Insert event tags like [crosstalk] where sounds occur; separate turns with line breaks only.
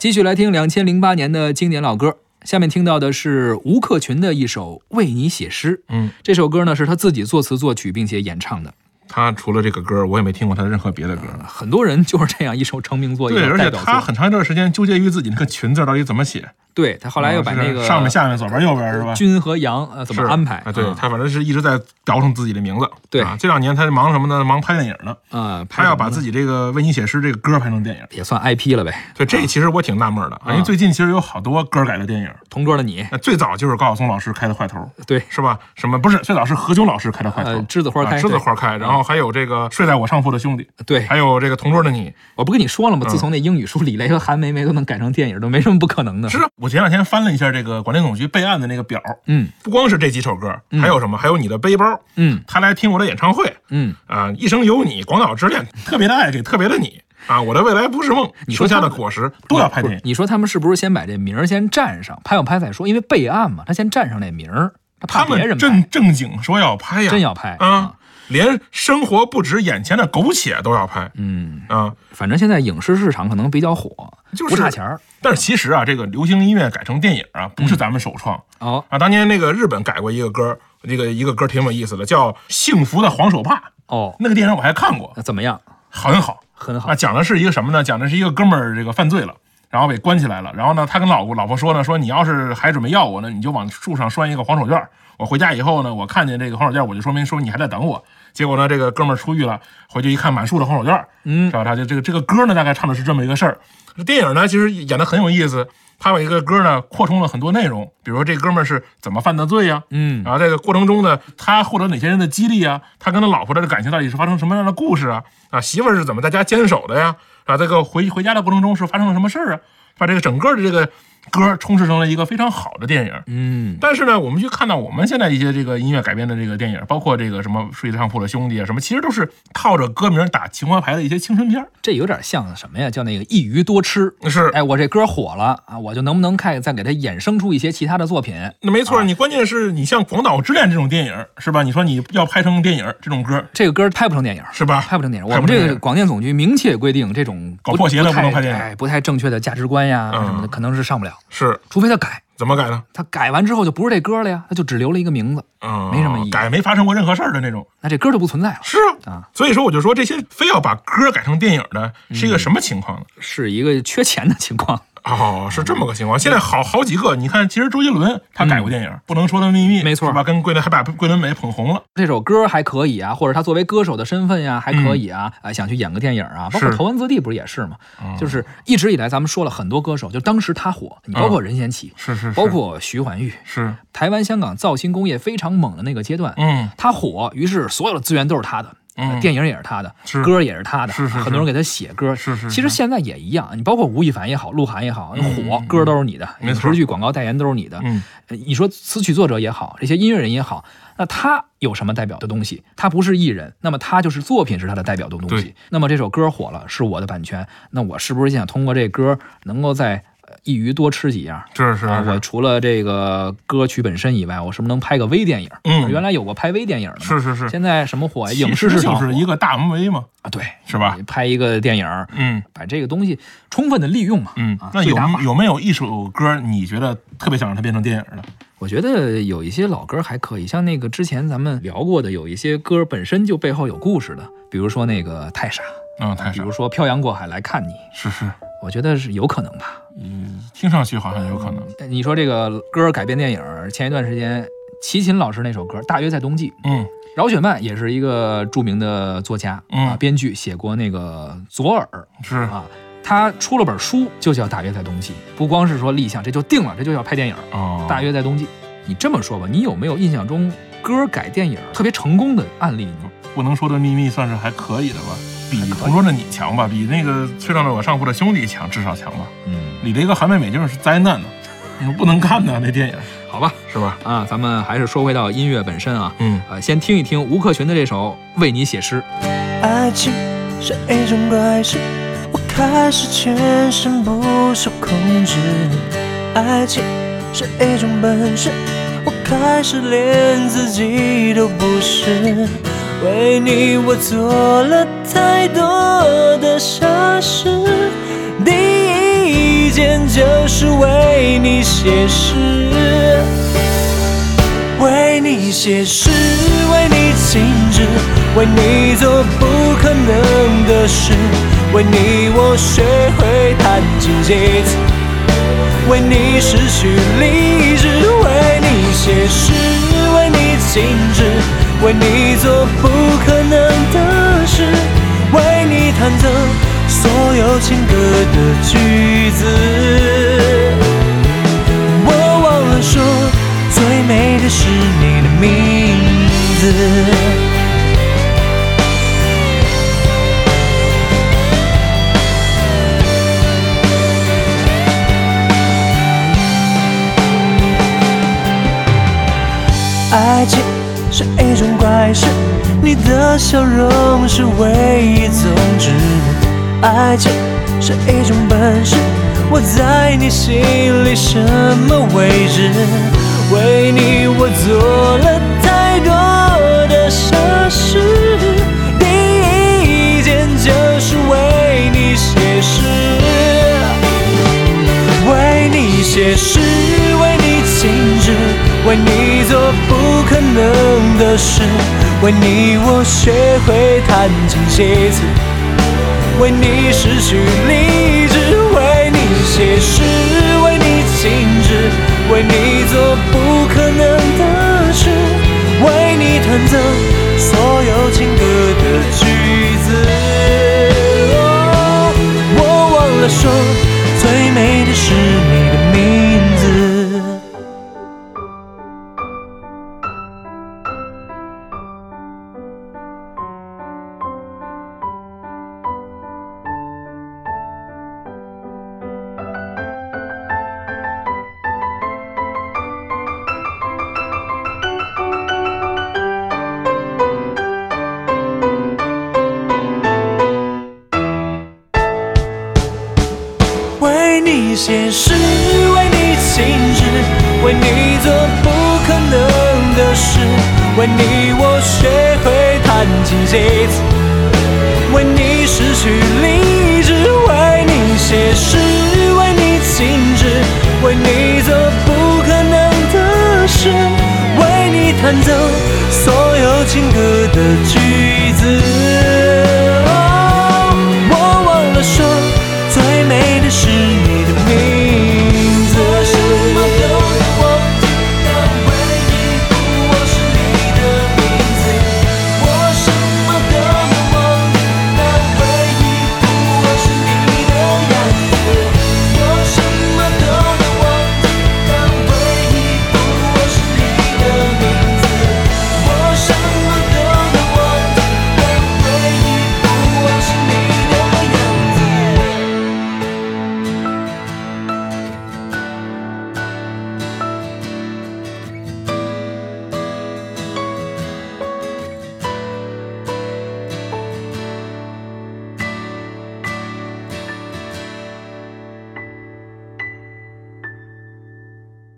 继续来听两千零八年的经典老歌，下面听到的是吴克群的一首《为你写诗》。
嗯，
这首歌呢是他自己作词作曲并且演唱的。
他除了这个歌，我也没听过他任何别的歌。
很多人就是这样一首成名作，一
对，
首
而
代
且
表
他
作。
很长一段时间纠结于自己那个“群”字到底怎么写，
对他后来又把那
啊
个
是上面、下面、左边、右边是吧？
君和羊呃怎么
是
安排
啊？对
啊
他反正是一直在倒腾自己的名字。
对
啊，这两年他忙什么呢？忙拍电影呢。
啊，
他要把自
己
己这个“为你写诗”这个歌拍成电影。
也算 IP 了呗。
对，这其实我挺纳闷的，啊因为最近其实有好多歌改的电影。
同桌的你，
那最早就是高晓松老师开的坏头，
对，
是吧？什么不是？最早是何炅老师开的坏头
呃，栀子花
啊
开
栀子
对
花开，然后还有这个睡在我上铺的兄弟，
对
还有这个同桌的你，
我不跟你说了
嗯
吗？自从那英语书李雷和韩梅梅都能改成电影，都没什么不可能的。
是啊，我前两天翻了一下这个广电总局备案的那个表，
嗯
不光是这几首歌，还有什么？还有你的背包，
嗯
他来听我的演唱会，
嗯，
啊、一生有你，广岛之恋，特别的爱给特别的你，啊，我的未来不是梦，
说
树
他
下
们
的果实都要拍电影。
你说他们是不是先把这名儿先占上？拍不拍再说，因为备案嘛，他先占上这名儿，他怕
他
别人
们
拍，
正正经说要拍呀，
真要拍
啊，连生活不止眼前的苟且都要拍
嗯，
啊。
反正现在影视市场可能比较火，
就是
不差钱儿。
但是其实啊，这个流行音乐改成电影啊，不是
嗯
咱们首创、
哦，
啊。当年那个日本改过一个歌，这个一个歌挺有意思的，叫《幸福的黄手帕》。
哦，
那个电影我还看过，
那怎么样？
很好，
很好
啊，讲的是一个什么呢？讲的是一个哥们儿这个犯罪了，然后被关起来了。然后呢，他跟老婆老婆说呢，说你要是还准备要我呢，你就往树上拴一个黄手绢儿。我回家以后呢，我看见这个黄手绢儿，我就说明说明你还在等我。结果呢，这个哥们儿出狱了，回去一看满树的黄手绢儿，
嗯
是吧？他就这个这个歌呢，大概唱的是这么一个事儿。这电影呢，其实演的很有意思，他把一个歌呢扩充了很多内容，比如说这哥们儿是怎么犯的罪呀、
嗯
然后在这个过程中呢，他获得哪些人的激励啊？他跟他老婆的感情到底是发生什么样的故事啊？啊，媳妇儿是怎么在家坚守的呀？啊，这个回回家的过程中是发生了什么事儿啊？把这个整个的这个歌充斥成了一个非常好的电影。
嗯，
但是呢，我们去看到我们现在一些这个音乐改编的这个电影，包括这个什么《睡上铺的兄弟》啊，什么，其实都是套着歌名打情怀牌的一些青春片儿。
这有点像什么呀？叫那个一鱼多吃。
是，
哎，我这歌火了啊，我就能不能看再给它衍生出一些其他的作品？
那没错儿。你关键是你像《广岛之恋》这种电影，是吧？你说你要拍成电影这种歌，
这个歌拍不成电影，
是吧？
拍不成电影。我
拍
们
不成
这
电
个
影
广电总局明确规定，这种
搞破鞋的不能拍电影
哎，不太正确的价值观呀
嗯
什么的，可能是上不了，
是
除非他改。
怎么改呢？
他改完之后就不是这歌了呀，他就只留了一个名字，
嗯，
没什么意义
改没发生过任何事儿的那种。
那这歌就不存在了。
是
啊，嗯
所以说我就说这些非要把歌改成电影的是一个什么情况呢？
是一个缺钱的情况，
哦，是这么个情况。现在好好几个，你看，其实周杰伦他改过电影，不能说的秘密》，
嗯没错
是吧？跟桂纶还把桂纶镁捧红了。
[laughs] 这首歌还可以啊，或者他作为歌手的身份呀还可以啊，啊、想去演个电影啊，包括
是
头文字 D 不是哦也是吗？就是一直以来咱们说了很多歌手，就当时他火，你包括任贤齐，
是是
包括徐怀钰，
是，
台湾香港造星工业非常猛的那个阶段，
嗯，
他火，于是所有的资源都是他的。
嗯
呃电影也是他的，
是
歌也是他的，
是是是
很多人给他写歌。
是是是嗯
其实现在也一样，你包括吴亦凡也好，鹿晗也好，火歌都是你的，
没
影
错
视剧、广告代言都是你的。
嗯
呃你说词曲作者也好，这些音乐人也好，那他有什么代表的东西？他不是艺人，那么他就是作品是他的代表的东西
对。
那么这首歌火了，是我的版权，那我是不是想通过这歌能够在呃一鱼多吃几样？
是是
啊，我
是
除了这个歌曲本身以外，我是不是能拍个微电影？
嗯
原来有过拍微电影的嘛，
是是是，
现在什么火呀？
其
影视
实
市
就
场火
是一个大 MV 嘛，
啊，对，
是吧？
你拍一个电影，
嗯
把这个东西充分的利用嘛。
嗯
啊，
那
最
有
大化
有没有一首歌你觉得特别想让它变成电影的？
我觉得有一些老歌还可以，像那个之前咱们聊过的，有一些歌本身就背后有故事的，比如说那个太傻，
嗯，太
比
少
如，说漂洋过海来看你，
是是，
我觉得是有可能吧。
嗯，听上去好像有可能。
呃你说这个歌改编电影，前一段时间齐秦老师那首歌《大约在冬季》，
嗯
饶雪漫也是一个著名的作家、
嗯
啊，编剧，写过那个《左耳
是》
啊。他出了本书，就叫《大约在冬季》，不光是说立项，这就定了，这就要拍电影。
哦，
大约在冬季，你这么说吧，你有没有印象中歌改电影特别成功的案例呢？
不能说的秘密算是还可以的吧，比同桌的你强吧，比那个睡上了我上铺的兄弟强，至少强吧。
嗯，
你这个韩美美就是灾难呢、你说不能看呢、那电影
好吧，
是吧？
啊，咱们还是说回到音乐本身啊，
嗯，
呃，先听一听吴克群的这首《为你写诗》。
爱情是一种怪事，我开始全身不受控制。爱情是一种本事，我开始连自己都不是。为你，我做了太多的傻事。第一意见就是为你写诗，为你写诗，为你静止，为你做不可能的事，为你我学会弹琴写词。为你失去理智，为你写诗，为你静止，为你做不可能的事，为你弹奏所有情歌的句子。我忘了说，最美的是你的名字。爱情是一种怪事，你的笑容是唯一宗旨。爱情是一种本事，我在你心里什么位置？为你我做了太多的傻事，第一件就是为你写诗。为你写诗，为你静止，为你做不可能的事，为你我学会弹琴写词，为你失去理智，为你写诗，为你静止，为你做不可能的事，为你弹奏所有情歌的句子。哦我忘了说，最美的是你的名字。为你写诗，为你静止，为你做不可能的事，为你我学会弹琴写词，为你失去理智，为你写诗，为你静止，为你做不可能的事，为你弹奏所有情歌的句子。哦